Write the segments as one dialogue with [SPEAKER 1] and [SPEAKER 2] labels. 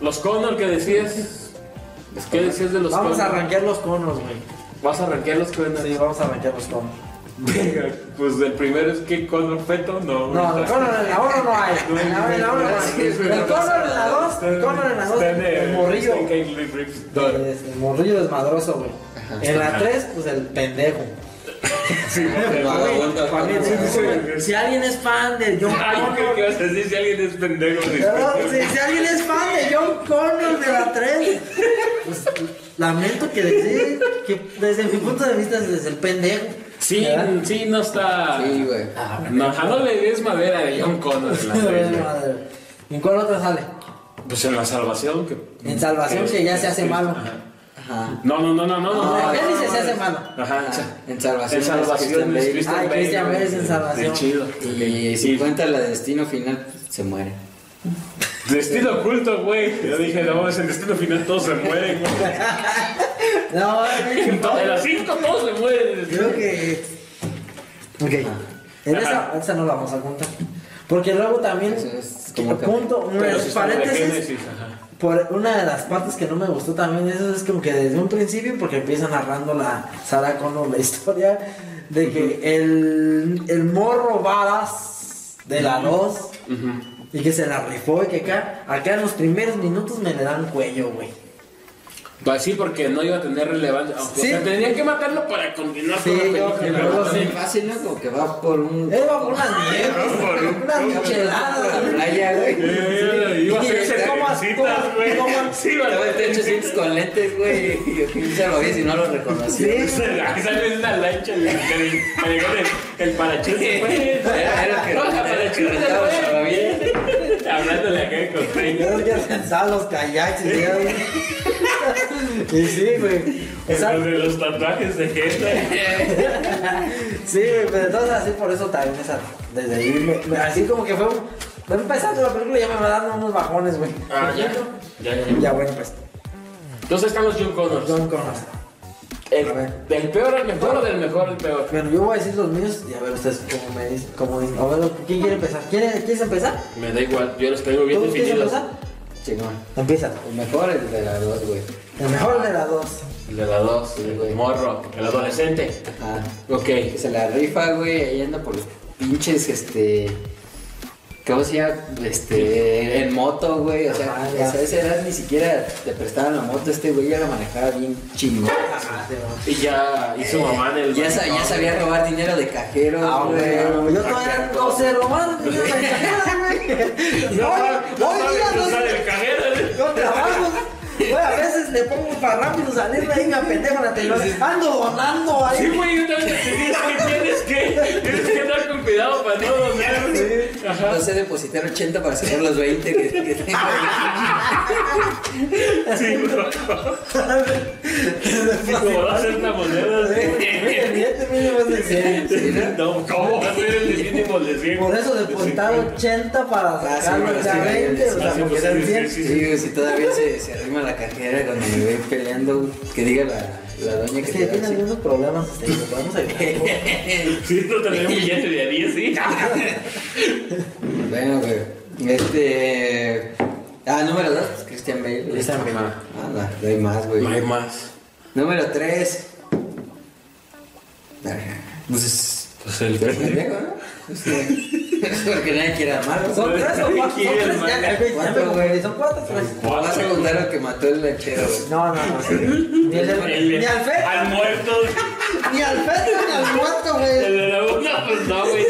[SPEAKER 1] Los Connor que decías. ¿Qué decías de los
[SPEAKER 2] Vamos a
[SPEAKER 1] Connor?
[SPEAKER 2] arranquear los conos, güey.
[SPEAKER 1] ¿Vas a arranquear los Connor?
[SPEAKER 2] Sí, vamos a arranquear los conos.
[SPEAKER 1] Verga, pues el primero es que Connor Feto no.
[SPEAKER 2] No, el
[SPEAKER 1] ahorita.
[SPEAKER 2] Connor en la 1 no hay. En la 1 en la uno no hay. El Connor en la 2, el Connor en la 2,
[SPEAKER 1] Está en
[SPEAKER 2] el morrillo.
[SPEAKER 1] está en Kate Rips.
[SPEAKER 2] Es El morrillo desmadroso, güey. En la 3, pues el pendejo.
[SPEAKER 1] Sí, güey.
[SPEAKER 3] No, aguanta,
[SPEAKER 2] También,
[SPEAKER 3] aguanta.
[SPEAKER 2] sí, Ah. güey. Si alguien es fan de John
[SPEAKER 1] Ay, yo creo que
[SPEAKER 2] Connor.
[SPEAKER 1] vas a decir si alguien es pendejo.
[SPEAKER 2] ¿verdad?
[SPEAKER 1] disculpe.
[SPEAKER 2] Si, si alguien es fan de John Connor de la 3, pues lamento que decir que desde mi punto de vista es el pendejo.
[SPEAKER 1] Sí,
[SPEAKER 2] ¿verdad?
[SPEAKER 1] sí, no está.
[SPEAKER 3] Sí, güey.
[SPEAKER 1] Ah, No, ajá, no le des madera de John Connor. en la serie.
[SPEAKER 2] Madre. ¿Y cuál otra sale?
[SPEAKER 1] Pues en la salvación. Que,
[SPEAKER 2] En Salvación, que ya se hace malo.
[SPEAKER 1] Ajá.
[SPEAKER 3] Ajá.
[SPEAKER 1] No, no, no, no, no. no.
[SPEAKER 2] No,
[SPEAKER 3] Ah,
[SPEAKER 2] ya ni
[SPEAKER 3] no,
[SPEAKER 2] se
[SPEAKER 3] no,
[SPEAKER 2] se hace
[SPEAKER 3] no.
[SPEAKER 2] malo.
[SPEAKER 1] Ajá, o sea,
[SPEAKER 3] En salvación.
[SPEAKER 1] en salvación es
[SPEAKER 3] Christian
[SPEAKER 1] Christian
[SPEAKER 2] Ay,
[SPEAKER 1] Bale.
[SPEAKER 2] Christian Bale es en
[SPEAKER 1] El-
[SPEAKER 2] Salvación.
[SPEAKER 1] el chido.
[SPEAKER 3] Bale. Y si cuenta la de destino final, pues, se muere.
[SPEAKER 1] Destino oculto, güey. Yo dije, no, es el destino final, todos se mueren, güey.
[SPEAKER 2] No, güey.
[SPEAKER 1] De las cinco todos se mueren.
[SPEAKER 2] Creo que. Ok. En esa, esa no la vamos a contar. Porque luego también.
[SPEAKER 3] Eso es como que-
[SPEAKER 2] punto, una de
[SPEAKER 1] Pero
[SPEAKER 2] los
[SPEAKER 1] sí está la
[SPEAKER 2] paréntesis.
[SPEAKER 1] Génesis, ajá.
[SPEAKER 2] Por una de las partes que no me gustó también, eso es como que desde un principio, porque empieza narrando la Sara Connor la historia de que el, el morro varas de la dos y que se la rifó y que acá, acá en los primeros minutos me le dan cuello, güey.
[SPEAKER 1] Pues sí, porque no iba a tener relevancia. O sea,
[SPEAKER 2] Sí.
[SPEAKER 1] tenían que matarlo para continuar
[SPEAKER 2] Sí,
[SPEAKER 1] con la
[SPEAKER 2] yo
[SPEAKER 1] película.
[SPEAKER 2] creo
[SPEAKER 3] Pero
[SPEAKER 2] Luego sí.
[SPEAKER 3] es Pues, fácil, ¿no? Como que va por un.
[SPEAKER 2] Él va por unas
[SPEAKER 1] Por
[SPEAKER 2] nieves,
[SPEAKER 1] un-
[SPEAKER 2] unas
[SPEAKER 3] a la
[SPEAKER 2] micheladas.
[SPEAKER 3] playa, güey.
[SPEAKER 1] Eh, Iba a hacerse
[SPEAKER 2] ¿Cómo-
[SPEAKER 1] trencitas,
[SPEAKER 2] cómo-
[SPEAKER 1] güey.
[SPEAKER 2] cómo-
[SPEAKER 1] Sí,
[SPEAKER 3] Te
[SPEAKER 1] güey.
[SPEAKER 3] voy a tener 800 con lentes, güey. Y yo pinche lo vi si no lo reconocí.
[SPEAKER 2] Sí.
[SPEAKER 1] Ahí sale una lancha, le- le- le llegó el, el parachute, güey.
[SPEAKER 3] Era era que
[SPEAKER 1] No, la
[SPEAKER 3] era que
[SPEAKER 1] parachute,
[SPEAKER 3] rentaba
[SPEAKER 1] güey.
[SPEAKER 3] Chavavier.
[SPEAKER 1] Hablando de acá con Peña.
[SPEAKER 2] Tengo que alcanzar los kayaks, y ya, güey. Y sí, güey. Esa-
[SPEAKER 1] Los de los tatuajes de gente.
[SPEAKER 2] Sí, güey, pero entonces así por eso también esa. Desde ahí, me- me- así como que fue un. fue empezando la película ya me va dando unos bajones, güey.
[SPEAKER 1] Ah, ya. Ya, ya.
[SPEAKER 2] Ya, bueno, pues.
[SPEAKER 1] Entonces están los John Connors.
[SPEAKER 2] John Connor. A
[SPEAKER 1] El,
[SPEAKER 2] ver.
[SPEAKER 1] del peor al mejor o del mejor al peor.
[SPEAKER 2] Bueno, yo voy a decir los míos y a ver ustedes cómo me dicen. Cómo dicen. A ver, ¿quién quiere empezar? ¿Quiere- ¿Quieres empezar?
[SPEAKER 1] Me da igual, yo los tengo bien
[SPEAKER 2] ¿Tú quieres
[SPEAKER 1] definidos.
[SPEAKER 2] empezar?
[SPEAKER 3] Chingón.
[SPEAKER 2] Empieza.
[SPEAKER 3] El mejor es de las dos, güey.
[SPEAKER 2] El mejor de las dos.
[SPEAKER 1] El de la dos,
[SPEAKER 3] Sí,
[SPEAKER 1] el
[SPEAKER 3] güey.
[SPEAKER 1] morro, el adolescente.
[SPEAKER 3] Ajá.
[SPEAKER 1] Ok.
[SPEAKER 3] Que Ah, se la rifa, güey. Ahí anda por los pinches, este. ¿Cómo se llama? Este. En moto, güey. O sea,
[SPEAKER 2] Ajá,
[SPEAKER 3] a
[SPEAKER 2] Ah, ya.
[SPEAKER 3] esa edad ni siquiera te prestaban la moto. Este güey ya la manejaba bien chingón.
[SPEAKER 1] Y ya, y su mamá en el.
[SPEAKER 3] Ya, sa- ya sabía robar dinero de cajero,
[SPEAKER 2] Ah,
[SPEAKER 3] güey.
[SPEAKER 2] güey, yo todavía no sé robar, güey.
[SPEAKER 1] No, no,
[SPEAKER 2] No, no,
[SPEAKER 1] no sabes
[SPEAKER 2] no,
[SPEAKER 1] usar el cajero. eh.
[SPEAKER 2] no trabajo. Güey, a veces le pongo para rápido salir de ahí, me apendejo en la televisión. Ando donando
[SPEAKER 1] Sí,
[SPEAKER 2] ahí.
[SPEAKER 1] güey, una vez te dije que tienes que, tienes que andar con cuidado para no donar. Ajá.
[SPEAKER 3] No sé depositar 80 para sacar los 20 que, que tengo.
[SPEAKER 1] Sí, bro. Como va a ser una moneda.
[SPEAKER 2] Mire,
[SPEAKER 1] sí.
[SPEAKER 2] billete mínimo es de cien.
[SPEAKER 1] No, ¿cómo va a ser el mínimo de 100?
[SPEAKER 2] Por eso depositar 80 para
[SPEAKER 3] Ah, sí,
[SPEAKER 2] sacarlo
[SPEAKER 3] güey,
[SPEAKER 2] de
[SPEAKER 3] sí,
[SPEAKER 2] 20, o sea,
[SPEAKER 1] sí,
[SPEAKER 2] porque
[SPEAKER 1] sí,
[SPEAKER 2] eran
[SPEAKER 1] sí,
[SPEAKER 2] 100.
[SPEAKER 1] sí,
[SPEAKER 3] Sí, güey, si todavía se, se arrima la cajera cuando me ven peleando, que diga la, la doña que
[SPEAKER 2] Es
[SPEAKER 3] te
[SPEAKER 2] que
[SPEAKER 3] da
[SPEAKER 2] tiene
[SPEAKER 3] así.
[SPEAKER 2] algunos problemas, este, los vamos a ayudar.
[SPEAKER 1] Sí, no tendría un billete de a 10, sí.
[SPEAKER 3] Bueno, güey. Este. Ah, número 2, Christian Bale. güey.
[SPEAKER 2] Christian Bale.
[SPEAKER 3] Ah, no, no hay más, güey.
[SPEAKER 1] más.
[SPEAKER 3] Número 3. Pues.
[SPEAKER 1] Pues el
[SPEAKER 3] Pero pendejo, ¿no? Sí. Porque nadie quiere armarlo.
[SPEAKER 2] Son tres o cuatro, son
[SPEAKER 1] ¿Quién,
[SPEAKER 2] tres, ya,
[SPEAKER 1] man?
[SPEAKER 2] güey, ya me
[SPEAKER 3] ¿Cuánto,
[SPEAKER 2] confundí,
[SPEAKER 3] güey?
[SPEAKER 2] son cuatro, tres.
[SPEAKER 3] Vas a contar al que mató el lechero, güey.
[SPEAKER 2] No, no, no. sí. Ni el- ni al Fer,
[SPEAKER 1] Al muerto.
[SPEAKER 2] ni al Fer, ni al muerto, güey.
[SPEAKER 1] El de la una, pues no, güey.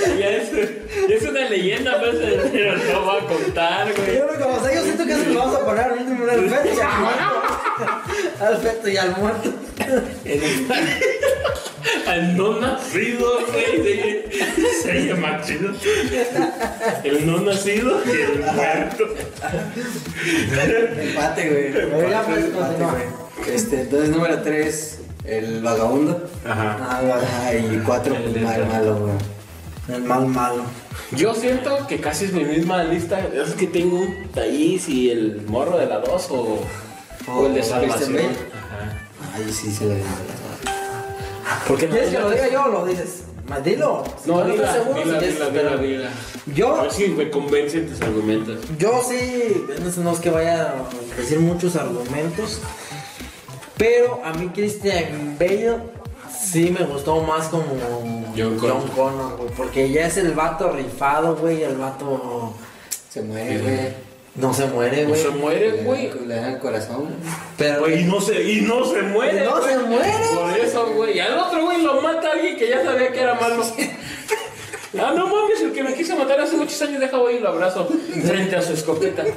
[SPEAKER 1] Ya, ya es, ya es una leyenda, pues, pero no va a contar, güey.
[SPEAKER 2] Yo creo que como sea, yo siento que eso lo vamos a poner al último al feto y al muerto. Al feto y al muerto.
[SPEAKER 1] Al no nacido, güey. Se- Se llama chido. El no nacido y el muerto.
[SPEAKER 3] Empate, güey.
[SPEAKER 2] Venga, pues,
[SPEAKER 3] Empate,
[SPEAKER 2] continúa.
[SPEAKER 3] güey. Este, entonces, número 3, el vagabundo.
[SPEAKER 1] Ajá.
[SPEAKER 2] Ah,
[SPEAKER 3] Ajá, y 4,
[SPEAKER 1] El de-
[SPEAKER 3] mal, malo, güey.
[SPEAKER 2] El mal malo.
[SPEAKER 1] Yo siento que casi es mi misma lista. Es que tengo un ahí si el morro de la 2 o, o el de
[SPEAKER 3] O
[SPEAKER 1] salvación.
[SPEAKER 3] Christian Bale.
[SPEAKER 1] Ajá.
[SPEAKER 3] Ay, sí, se le dio.
[SPEAKER 1] ¿Por qué no?
[SPEAKER 2] ¿Quieres que lo diga yo o lo dices? Más dilo.
[SPEAKER 1] No,
[SPEAKER 2] no estoy
[SPEAKER 1] dila,
[SPEAKER 2] seguro
[SPEAKER 1] dila,
[SPEAKER 2] si es-
[SPEAKER 1] dila, Pues
[SPEAKER 2] pero
[SPEAKER 1] dila, dila. A
[SPEAKER 2] Yo,
[SPEAKER 1] ver si me convencen tus argumentos.
[SPEAKER 2] yo sí, no- no es que vaya a decir muchos argumentos, pero a mí Christian Bale sí me gustó más como
[SPEAKER 1] John Connor.
[SPEAKER 2] John Connor, güey, porque ya es el vato rifado, güey, el vato
[SPEAKER 3] Se muere, güey.
[SPEAKER 2] no se muere,
[SPEAKER 1] No
[SPEAKER 2] güey.
[SPEAKER 1] se
[SPEAKER 3] Le
[SPEAKER 1] muere,
[SPEAKER 3] dan-
[SPEAKER 1] güey.
[SPEAKER 3] Le dan el corazón.
[SPEAKER 2] Pero
[SPEAKER 1] Güey, y no se, y no se muere.
[SPEAKER 2] No
[SPEAKER 1] güey.
[SPEAKER 2] se muere,
[SPEAKER 1] Por eso, güey. Y al otro, güey, lo mata alguien que ya sabía que era malo. Ah, no mames, el que me quiso matar hace muchos años, deja voy y lo abrazo frente a su escopeta.
[SPEAKER 3] No,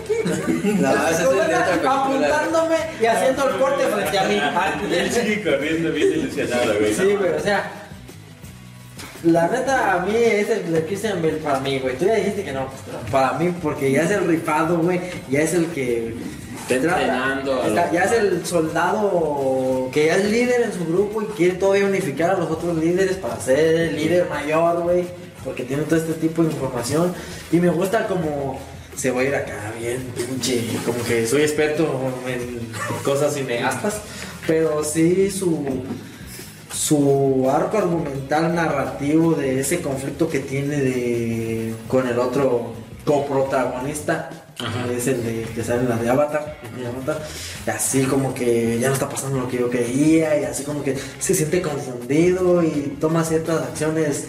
[SPEAKER 3] Ah, ese es el de otra película.
[SPEAKER 2] apuntándome y haciendo el corte frente a mí. Ah,
[SPEAKER 1] Y Ah, él sigue corriendo bien ilusionado, güey.
[SPEAKER 2] Sí, güey, o sea. La neta, a mí es el de Christian Bale para mí, güey. Tú ya dijiste que no, para mí, porque ya es el rifado, güey. Ya es el que.
[SPEAKER 1] Está entrenando a
[SPEAKER 2] está-
[SPEAKER 1] los-
[SPEAKER 2] ya es el soldado que ya es líder en su grupo y quiere todavía unificar a los otros líderes para ser el líder mayor, güey. Porque tiene todo este tipo de información. Y me gusta como. Se va a ir acá bien, pinche. Como que soy experto en cosas cineastas. Pero sí, su su arco argumental narrativo de ese conflicto que tiene de, con el otro coprotagonista, que es el de, que sale en la de Avatar, en Avatar, y así como que ya no está pasando lo que yo creía, y así como que se siente confundido y toma ciertas acciones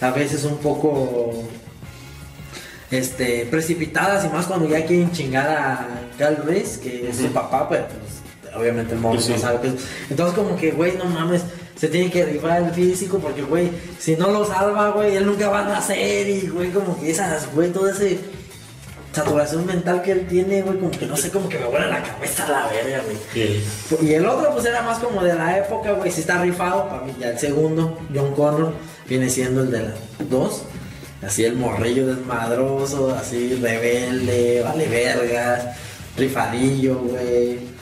[SPEAKER 2] a veces un poco este, precipitadas y más cuando ya quieren chingar a Cal Reese, que es su papá, pero pues, obviamente el morro
[SPEAKER 1] Sí.
[SPEAKER 2] no sabe qué es. Entonces como que, güey, no mames, se tiene que rifar el físico porque, güey, si no lo salva, güey, él nunca va a nacer y, güey, como que esas, güey, todo ese saturación mental que él tiene, güey, como que no sé, como que me vuela la cabeza a la verga, güey.
[SPEAKER 1] Sí.
[SPEAKER 2] Y el otro, pues era más como de la época, güey. Si está rifado, para mí ya el segundo, John Connor, viene siendo el de las dos. Así el morrillo desmadroso, así rebelde, vale vergas, rifadillo, güey.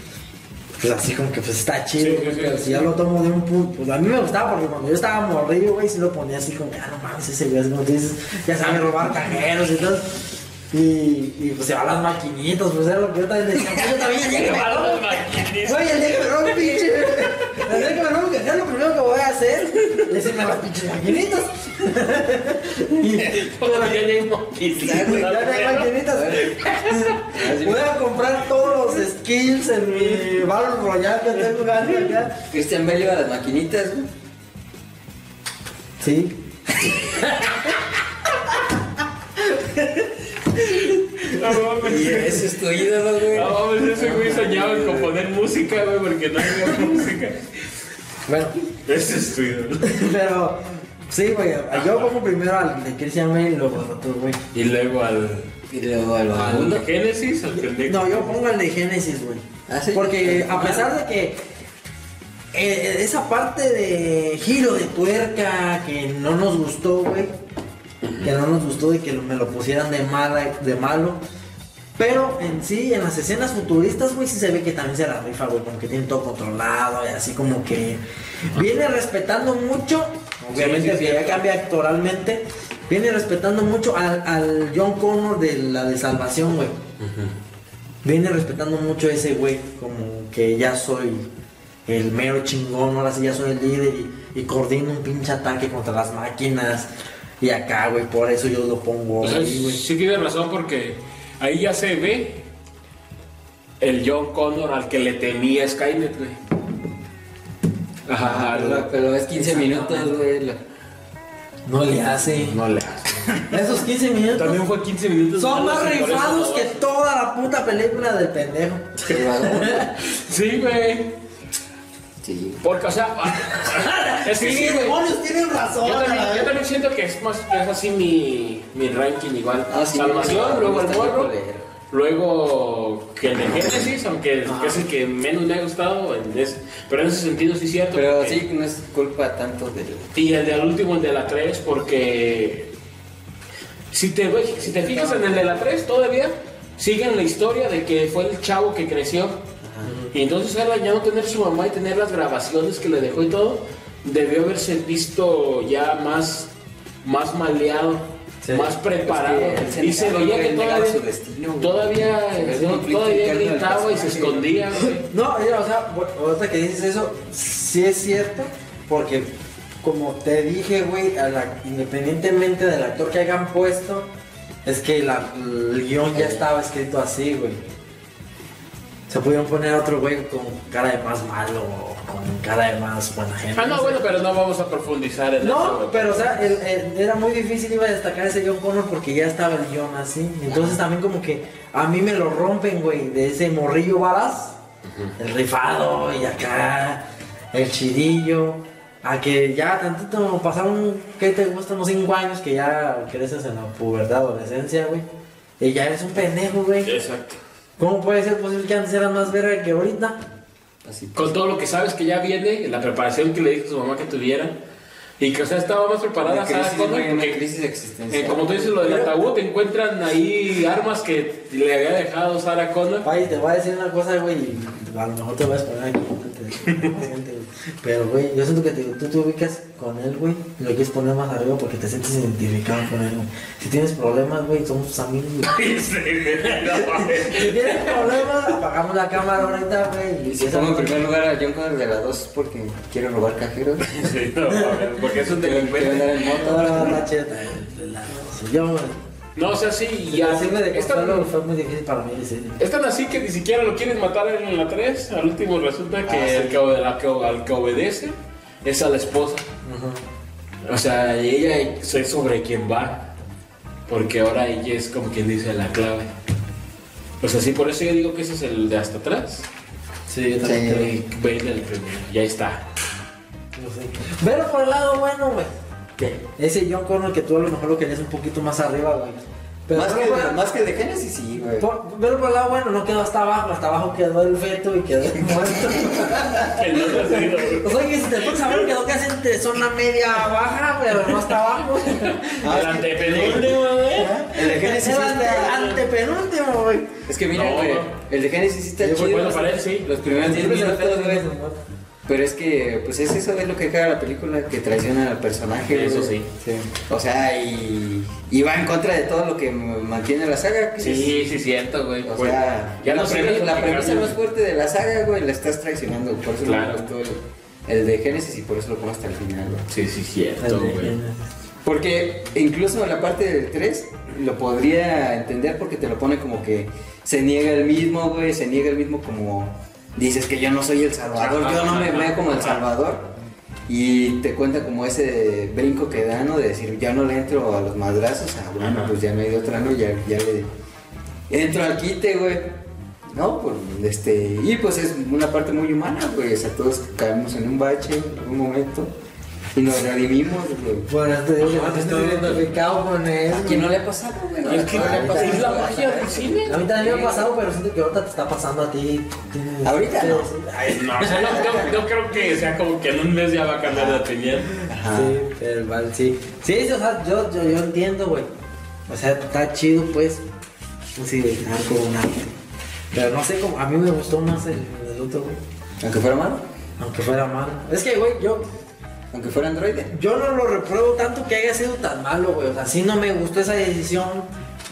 [SPEAKER 2] Pues así como que pues está chido.
[SPEAKER 1] Sí, sí, sí,
[SPEAKER 2] pero
[SPEAKER 1] sí.
[SPEAKER 2] si ya lo tomo de un punto. Pues a mí me gustaba porque cuando yo estaba morrillo, güey, sí lo ponía así como que, ah, no mames, ese güey, es como tú dices, ya sabe robar cajeros y todo. Y, y pues se va a las maquinitas, pues era lo que yo también decía. "Pues, Yo también llegué,
[SPEAKER 1] Llevado de
[SPEAKER 2] balón,
[SPEAKER 1] maquinista.
[SPEAKER 2] Oye, el día que me robo un pinche. El día que me robo un cajero, lo primero que voy a hacer es decirme a las pinches maquinitas. Y
[SPEAKER 1] Pero ya llegó.
[SPEAKER 2] ya no hay maquinitas. Voy a comprar todos los skills en mi Battle Royale que tengo ganas acá.
[SPEAKER 3] Christian Bale iba a las maquinitas, güey.
[SPEAKER 2] Sí.
[SPEAKER 1] No
[SPEAKER 3] Y
[SPEAKER 1] mames.
[SPEAKER 3] ese es tu ídolo, güey.
[SPEAKER 1] No mames, ese güey soñaba en componer música, güey, porque no había música.
[SPEAKER 2] Bueno,
[SPEAKER 1] Ese es tu ídolo.
[SPEAKER 2] pero. Sí, güey. Yo como primero al de Christian Bale y luego al otro, güey.
[SPEAKER 1] Y luego al.
[SPEAKER 3] Y luego al vagabundo.
[SPEAKER 1] ¿Al Génesis? ¿Al pendejo?
[SPEAKER 2] No, yo pongo el de Génesis, güey.
[SPEAKER 3] Ah, sí.
[SPEAKER 2] Porque a pesar de que eh, esa parte de giro de tuerca que no nos gustó, güey. Que no nos gustó y que lo- me lo pusieran de mala, de malo. Pero en sí, en las escenas futuristas, güey, sí se ve que también se la rifa, güey, como que tiene todo controlado y así como que viene respetando mucho, obviamente
[SPEAKER 1] sí,
[SPEAKER 2] que ya cambia actoralmente, viene respetando mucho al, al John Connor de la de Salvación, güey. Viene respetando mucho ese güey, como que ya soy el mero chingón, ahora sí ya soy el líder y, y coordino un pinche ataque contra las máquinas. Y acá, güey, por eso yo lo pongo
[SPEAKER 1] O sea,
[SPEAKER 2] ahí, güey.
[SPEAKER 1] sí tiene razón porque ahí ya se ve el John Connor al que le temía Skynet, güey. Ajá,
[SPEAKER 3] Pero,
[SPEAKER 1] la-
[SPEAKER 3] pero es 15 minutos, güey. lo-
[SPEAKER 2] No le hace.
[SPEAKER 1] no le hace.
[SPEAKER 2] Esos 15 minutos.
[SPEAKER 1] También fue 15 minutos.
[SPEAKER 2] Son
[SPEAKER 1] malos
[SPEAKER 2] más
[SPEAKER 1] y por eso
[SPEAKER 2] rifados
[SPEAKER 1] no-
[SPEAKER 2] que toda la puta película del pendejo.
[SPEAKER 3] El vagabundo.
[SPEAKER 1] Sí, güey.
[SPEAKER 3] Sí.
[SPEAKER 1] Porque, o sea, es que sí, güey.
[SPEAKER 2] demonios, tienen razón.
[SPEAKER 1] Yo
[SPEAKER 2] a la
[SPEAKER 1] también, yo
[SPEAKER 2] vez.
[SPEAKER 1] también siento que es más es así mi, mi ranking igual.
[SPEAKER 3] Ah, sí,
[SPEAKER 1] Salvación,
[SPEAKER 3] me
[SPEAKER 1] luego el
[SPEAKER 3] gusta
[SPEAKER 1] morro,
[SPEAKER 3] mucho leer.
[SPEAKER 1] luego que el de Génesis, aunque que es el que menos me ha gustado, en ese- pero en ese sentido sí es cierto.
[SPEAKER 3] Pero
[SPEAKER 1] porque-
[SPEAKER 3] sí, no es culpa tanto del.
[SPEAKER 1] Y el del último, el de la 3, porque si te, ve- si te fijas en el de la 3 todavía siguen la historia de que fue el chavo que creció. Y entonces él al ya no tener su mamá y tener las grabaciones que le dejó y todo, debió haberse visto ya más, más maleado,
[SPEAKER 2] Sí.
[SPEAKER 1] más preparado.
[SPEAKER 3] Es que él se
[SPEAKER 1] y se
[SPEAKER 3] negaba,
[SPEAKER 1] veía
[SPEAKER 3] güey,
[SPEAKER 1] que
[SPEAKER 3] él negaba
[SPEAKER 1] todavía,
[SPEAKER 3] su destino, güey.
[SPEAKER 1] todavía,
[SPEAKER 3] Se ve
[SPEAKER 1] no,
[SPEAKER 3] muy
[SPEAKER 1] todavía
[SPEAKER 3] criticando al
[SPEAKER 1] gritaba y se
[SPEAKER 3] personaje.
[SPEAKER 1] escondía. güey.
[SPEAKER 2] No, mira, o sea, bu- ahorita que dices eso, sí es cierto, porque como te dije, güey, a la- independientemente del actor que hayan puesto, es que la- el guión ya estaba escrito así, güey. Se pudieron poner otro güey con cara de más malo o con cara de más buena gente.
[SPEAKER 1] Ah, no, bueno, pero no vamos a profundizar en eso.
[SPEAKER 2] No,
[SPEAKER 1] güey.
[SPEAKER 2] pero o sea, el- el- era muy difícil iba a destacar ese John Connor porque ya estaba el guión así. Entonces también como que a mí me lo rompen, güey, de ese morrillo varas, el rifado y acá, el chidillo, a que ya tantito pasaron, ¿qué te gusta? Unos 5 años que ya creces en la pubertad, adolescencia, güey. Y ya eres un pendejo, güey.
[SPEAKER 1] Exacto.
[SPEAKER 2] ¿Cómo puede ser posible que antes eras más verga que ahorita?
[SPEAKER 3] Así.
[SPEAKER 1] Con todo lo que sabes que ya viene, la preparación que le dijo su mamá que tuviera. Y que, o sea, estaba más preparada,
[SPEAKER 3] Una
[SPEAKER 1] Sarah
[SPEAKER 3] crisis,
[SPEAKER 1] Connor,
[SPEAKER 3] güey, una
[SPEAKER 1] porque,
[SPEAKER 3] crisis
[SPEAKER 1] eh,
[SPEAKER 3] existencial.
[SPEAKER 1] como tú dices, lo del ataúd, encuentran ahí armas que le había dejado Sarah Connor.
[SPEAKER 2] Oye, te voy a decir una cosa, güey, y a lo mejor te voy a exponer aquí. te- te- te- Pero, güey, yo siento que te- tú te ubicas con él, güey, y lo quieres poner más arriba porque te sientes identificado con él, güey. Si tienes problemas, güey, somos tus amigos, güey. Si tienes problemas, apagamos la cámara ahorita, güey.
[SPEAKER 3] Y
[SPEAKER 2] y
[SPEAKER 3] si
[SPEAKER 2] esa-
[SPEAKER 3] pongo en primer lugar a John Connor de las dos porque quiere robar cajeros.
[SPEAKER 1] Sí, no, a ver, porque es un
[SPEAKER 3] Quiere quiere andar
[SPEAKER 1] delincuente.
[SPEAKER 3] en moto.
[SPEAKER 2] Ahora la cheta, el- la- Yo, güey.
[SPEAKER 1] No, o sea, sí,
[SPEAKER 2] Y
[SPEAKER 1] ya.
[SPEAKER 2] hacerle de
[SPEAKER 1] Es tan,
[SPEAKER 2] contarlo fue muy difícil para mí, sí.
[SPEAKER 1] es tan así que ni siquiera lo quieren matar en la 3. Al último resulta que, el que, ob- la que ob- al que obedece es a la esposa. O sea, y ella es sobre quien va. Porque ahora ella es como quien dice la clave. O sea, sí, por eso yo digo que ese es el de hasta atrás.
[SPEAKER 2] Sí, yo
[SPEAKER 3] también creo.
[SPEAKER 1] Y Bale el primero. Y ahí está.
[SPEAKER 2] Pero por el lado bueno, güey.
[SPEAKER 1] ¿Qué?
[SPEAKER 2] Ese John Connor que tú a lo mejor lo querías un poquito más arriba, güey. Pero
[SPEAKER 3] Más
[SPEAKER 2] por-
[SPEAKER 3] que, más que de Genesis, sí, güey.
[SPEAKER 2] por- pero por el lado bueno, no quedó hasta abajo, hasta abajo quedó el feto y quedó el muerto.
[SPEAKER 1] El no nacido.
[SPEAKER 2] o sea que si te pones a ver quedó casi entre zona media baja, pero no hasta abajo.
[SPEAKER 3] Ah,
[SPEAKER 1] El antepenúltimo, ¿eh?
[SPEAKER 3] El de Genesis
[SPEAKER 2] Era
[SPEAKER 3] sí
[SPEAKER 2] ante,
[SPEAKER 3] está.
[SPEAKER 2] antepenúltimo, güey.
[SPEAKER 3] Es que mira,
[SPEAKER 1] No.
[SPEAKER 3] güey. El de Genesis sí está
[SPEAKER 1] Sí, fue
[SPEAKER 3] chido.
[SPEAKER 1] bueno para él, sí.
[SPEAKER 3] Los primeros 10
[SPEAKER 2] Siempre se
[SPEAKER 3] minutos,
[SPEAKER 2] le
[SPEAKER 3] güey.
[SPEAKER 2] quedó el muerto.
[SPEAKER 3] Pero es que, pues es eso es lo que caga la película, que traiciona al personaje.
[SPEAKER 1] Eso
[SPEAKER 3] güey.
[SPEAKER 1] sí.
[SPEAKER 3] O sea, y, y va en contra de todo lo que m- mantiene la saga. que es-
[SPEAKER 1] Sí, sí, cierto, güey.
[SPEAKER 3] O
[SPEAKER 1] Pues,
[SPEAKER 3] sea,
[SPEAKER 1] ya
[SPEAKER 3] la,
[SPEAKER 1] no sé.
[SPEAKER 3] premisa, la premisa más fuerte de la saga, güey, la estás traicionando. Por eso
[SPEAKER 1] Claro.
[SPEAKER 3] le gustó el, el de Genesis y por eso lo pongo hasta el final, güey.
[SPEAKER 1] Sí, sí, cierto, güey.
[SPEAKER 3] Porque incluso en la parte del 3 lo podría entender porque te lo pone como que se niega el mismo, güey, se niega el mismo como dices que yo no soy el Salvador, yo no me veo como el Salvador. Y te cuenta como ese brinco que da, ¿no? De decir, ya no le entro a los madrazos, ah, bueno,
[SPEAKER 1] Ajá.
[SPEAKER 3] pues ya no hay de otra, ¿no? Ya, ya le entro al quite, güey. No, pues, este, y pues es una parte muy humana, güey, o sea, todos caemos en un bache en algún momento y nos redimimos, güey.
[SPEAKER 2] Bueno, te digo que
[SPEAKER 1] Ajá,
[SPEAKER 2] me
[SPEAKER 1] te
[SPEAKER 2] siento
[SPEAKER 1] estoy viendo.
[SPEAKER 2] identificado con él.
[SPEAKER 3] ¿A quién no le ha pasado, güey?
[SPEAKER 1] Es que
[SPEAKER 3] Ah, ahorita
[SPEAKER 1] es la
[SPEAKER 3] no pasa.
[SPEAKER 1] magia del cine.
[SPEAKER 2] A mí también me ha pasado, pero siento que ahorita te está pasando a ti. Tienes- ¿eh?
[SPEAKER 3] Ahorita no.
[SPEAKER 2] Ay,
[SPEAKER 1] No, o sea, no, no- no creo que sea como que en un mes ya va a cambiar de opinión.
[SPEAKER 3] Ajá.
[SPEAKER 2] Sí, pero igual, sí. Sí, sí, o sea, yo, yo, yo entiendo, güey. O sea, está chido, pues, sí, algo, un arte. Pero no sé cómo, a mí me gustó más el, el otro, güey.
[SPEAKER 3] Aunque fuera malo,
[SPEAKER 2] Aunque fuera malo. Es que, güey, yo,
[SPEAKER 3] aunque fuera androide.
[SPEAKER 2] yo no lo repruebo tanto que haya sido tan malo, güey. O sea, sí no me gustó esa decisión,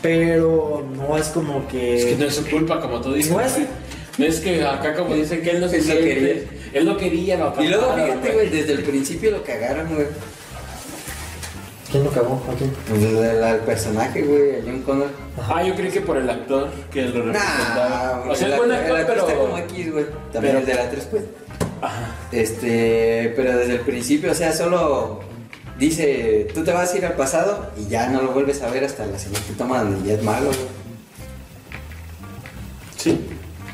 [SPEAKER 2] pero no es como que...
[SPEAKER 1] Es que no es su culpa, como tú dices.
[SPEAKER 2] No es-
[SPEAKER 1] güey. No es que acá, como dicen, que él no se
[SPEAKER 3] Él lo
[SPEAKER 1] siente.
[SPEAKER 3] quería.
[SPEAKER 1] Él lo quería, lo
[SPEAKER 3] Y luego,
[SPEAKER 1] apartaron,
[SPEAKER 3] fíjate, Ah, güey, desde el principio lo cagaron, güey.
[SPEAKER 2] ¿Quién lo cagó? ¿A quién?
[SPEAKER 3] Pues el, al personaje, güey, a John Connor.
[SPEAKER 1] Ah, yo creí que por el actor que lo representaba.
[SPEAKER 3] güey,
[SPEAKER 1] o sea,
[SPEAKER 3] el
[SPEAKER 1] es buen
[SPEAKER 3] act- el
[SPEAKER 1] actor,
[SPEAKER 3] actor está como
[SPEAKER 1] pero.
[SPEAKER 3] X, güey. También
[SPEAKER 1] pero-
[SPEAKER 3] el de la 3, pues.
[SPEAKER 1] Ajá.
[SPEAKER 3] Este, pero desde el principio, o sea, solo dice, tú te vas a ir al pasado y ya no lo vuelves a ver hasta la siguiente toma donde ya es malo, güey.
[SPEAKER 1] Sí.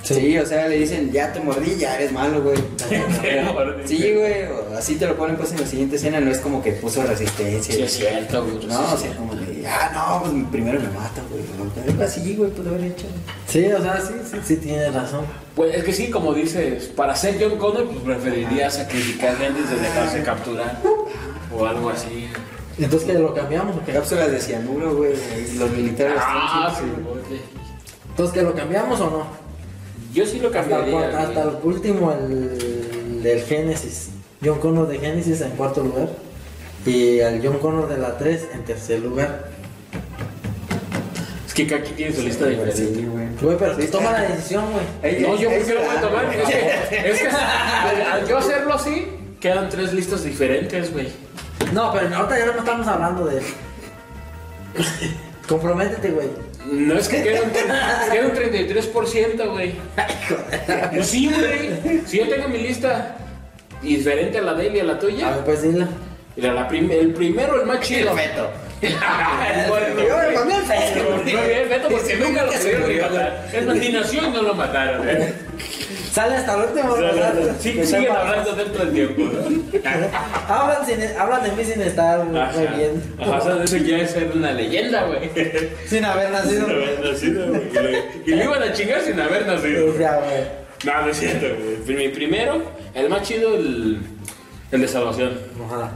[SPEAKER 3] Sí. o sea, le dicen, ya te mordí, ya eres malo, güey.
[SPEAKER 1] Te mordí.
[SPEAKER 3] sí, güey, o así te lo ponen pues en la siguiente escena, no es como que puso resistencia.
[SPEAKER 1] Sí, es cierto, güey.
[SPEAKER 3] No, o sea, como que, ah, no, pues primero me mata, güey. ¿no? Algo así, güey, pues lo habría hecho.
[SPEAKER 2] Sí, o sea, sí, sí, sí, tienes razón.
[SPEAKER 1] Pues es que sí, como dices, para ser John Connor, pues preferiría sacrificar antes de dejarse capturar. O algo así.
[SPEAKER 2] Entonces, ¿qué, lo cambiamos o qué?
[SPEAKER 3] Cápsulas de cianuro, güey, los militares.
[SPEAKER 1] Ah, sí,
[SPEAKER 3] están siempre-
[SPEAKER 1] güey.
[SPEAKER 2] Entonces, ¿que lo cambiamos o no?
[SPEAKER 1] Yo sí lo
[SPEAKER 2] Hasta, el
[SPEAKER 1] cambiaría.
[SPEAKER 2] cua- hasta
[SPEAKER 1] güey.
[SPEAKER 2] el último, el del Génesis. John Connor de Génesis en cuarto lugar. Y al John Connor de la 3 en tercer lugar.
[SPEAKER 1] Es que aquí tiene su lista
[SPEAKER 3] Sí, güey,
[SPEAKER 1] diferente.
[SPEAKER 3] sí, güey.
[SPEAKER 2] Güey, pero
[SPEAKER 3] Sí,
[SPEAKER 2] toma
[SPEAKER 3] está-
[SPEAKER 2] la decisión, güey.
[SPEAKER 3] Ahí-
[SPEAKER 1] No, yo
[SPEAKER 3] ahí
[SPEAKER 1] prefiero
[SPEAKER 3] está,
[SPEAKER 1] voy a tomar.
[SPEAKER 3] güey.
[SPEAKER 1] Es que, es que al, al yo hacerlo así, quedan tres listas diferentes, güey.
[SPEAKER 2] No, pero ahorita ya no estamos hablando de él. Comprométete, güey.
[SPEAKER 1] No es que queda un, tre- queda un 33%, güey. Pues Sí, güey. Si yo tengo mi lista diferente a la de él y a la
[SPEAKER 2] A
[SPEAKER 1] tuya,
[SPEAKER 2] ver, pues dila.
[SPEAKER 1] mira, la prim- el primero, el más chido.
[SPEAKER 3] El feto.
[SPEAKER 1] el muerto,
[SPEAKER 3] Yo me
[SPEAKER 1] güey.
[SPEAKER 3] mandé el feto,
[SPEAKER 1] Muy
[SPEAKER 3] güey.
[SPEAKER 1] bien, Beto, porque
[SPEAKER 3] Ese
[SPEAKER 1] nunca lo
[SPEAKER 3] nunca se
[SPEAKER 1] pudieron ni
[SPEAKER 3] murió,
[SPEAKER 1] matar. Es más, ni nació y no lo mataron, ¿eh?
[SPEAKER 2] Sale hasta el último. ¿verdad?
[SPEAKER 1] Sí,
[SPEAKER 2] Que
[SPEAKER 1] siguen
[SPEAKER 2] sepa.
[SPEAKER 1] hablando dentro del tiempo, ¿no?
[SPEAKER 2] Hablan, sin, hablan de mí sin estar muy
[SPEAKER 1] Ajá.
[SPEAKER 2] bien.
[SPEAKER 1] Ajá, o sea, eso ya es ser una leyenda, güey.
[SPEAKER 2] Sin haber nacido.
[SPEAKER 1] Sin haber nacido, güey. Y lo- Y lo iban a chingar sin haber nacido.
[SPEAKER 2] O sea, güey.
[SPEAKER 1] No, no es cierto, güey. Mi primero, el más chido, el, el de Salvación.
[SPEAKER 2] Ajá.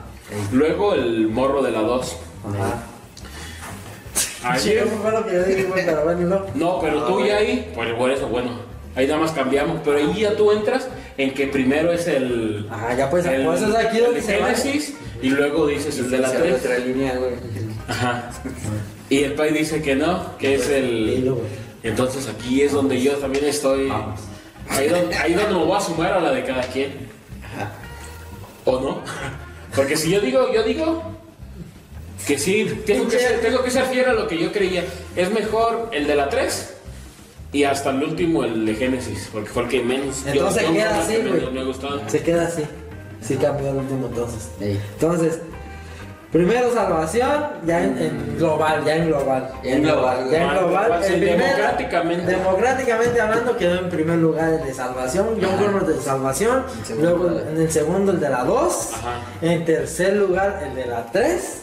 [SPEAKER 1] Luego el morro de la 2.
[SPEAKER 2] Ajá. Ah, Sí, Ah,
[SPEAKER 1] Ayer.
[SPEAKER 2] eso fue lo que yo dije, güey, pero bueno, no.
[SPEAKER 1] Ah, No, pero tú ya ahí, pues por eso, bueno, ahí nada más cambiamos, pero ahí ya tú entras en que primero es el...
[SPEAKER 2] Ajá, ya pues,
[SPEAKER 1] el,
[SPEAKER 2] pues, es aquí donde
[SPEAKER 1] el
[SPEAKER 2] se va.
[SPEAKER 1] Génesis y luego dices el de la
[SPEAKER 3] Se abre
[SPEAKER 1] 3.
[SPEAKER 3] otra línea, güey.
[SPEAKER 1] Ajá. Y el país dice que no, que es
[SPEAKER 2] Dilo,
[SPEAKER 1] el...
[SPEAKER 2] güey.
[SPEAKER 1] Entonces aquí es donde yo también estoy...
[SPEAKER 3] Vamos.
[SPEAKER 1] Ahí donde, ahí donde me voy a sumar a la de cada quien.
[SPEAKER 3] Ajá.
[SPEAKER 1] ¿O no? Porque si yo digo, yo digo que sí, tengo que, ser, tengo que ser fiel a lo que yo creía. Es mejor el de la 3 y hasta el último el de Génesis, porque fue el que menos. yo-
[SPEAKER 2] Entonces
[SPEAKER 1] yo-
[SPEAKER 2] queda
[SPEAKER 1] yo-
[SPEAKER 2] así,
[SPEAKER 1] yo-
[SPEAKER 2] güey.
[SPEAKER 1] yo- Me gustó.
[SPEAKER 2] Se queda así. Sí cambió el último entonces.
[SPEAKER 3] Ey.
[SPEAKER 2] Entonces, primero salvación, ya en, en global, ya en global.
[SPEAKER 3] Ya en global,
[SPEAKER 2] Ya en
[SPEAKER 1] global,
[SPEAKER 2] global.
[SPEAKER 1] global, sí,
[SPEAKER 2] el primero-
[SPEAKER 1] democráticamente.
[SPEAKER 2] democráticamente hablando, quedó en primer lugar el de salvación. Yo
[SPEAKER 3] Ajá.
[SPEAKER 2] creo el de salvación.
[SPEAKER 3] El segundo
[SPEAKER 2] Luego
[SPEAKER 3] lugar.
[SPEAKER 2] en el segundo el de la 2.
[SPEAKER 1] Ajá.
[SPEAKER 2] En tercer lugar el de la 3.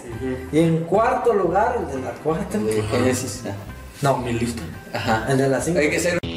[SPEAKER 2] Y en cuarto lugar el de la 4.
[SPEAKER 3] El de Génesis. ah.
[SPEAKER 2] No,
[SPEAKER 1] Mi lista.
[SPEAKER 3] Ajá.
[SPEAKER 2] el de la 5.
[SPEAKER 3] Hay que ser.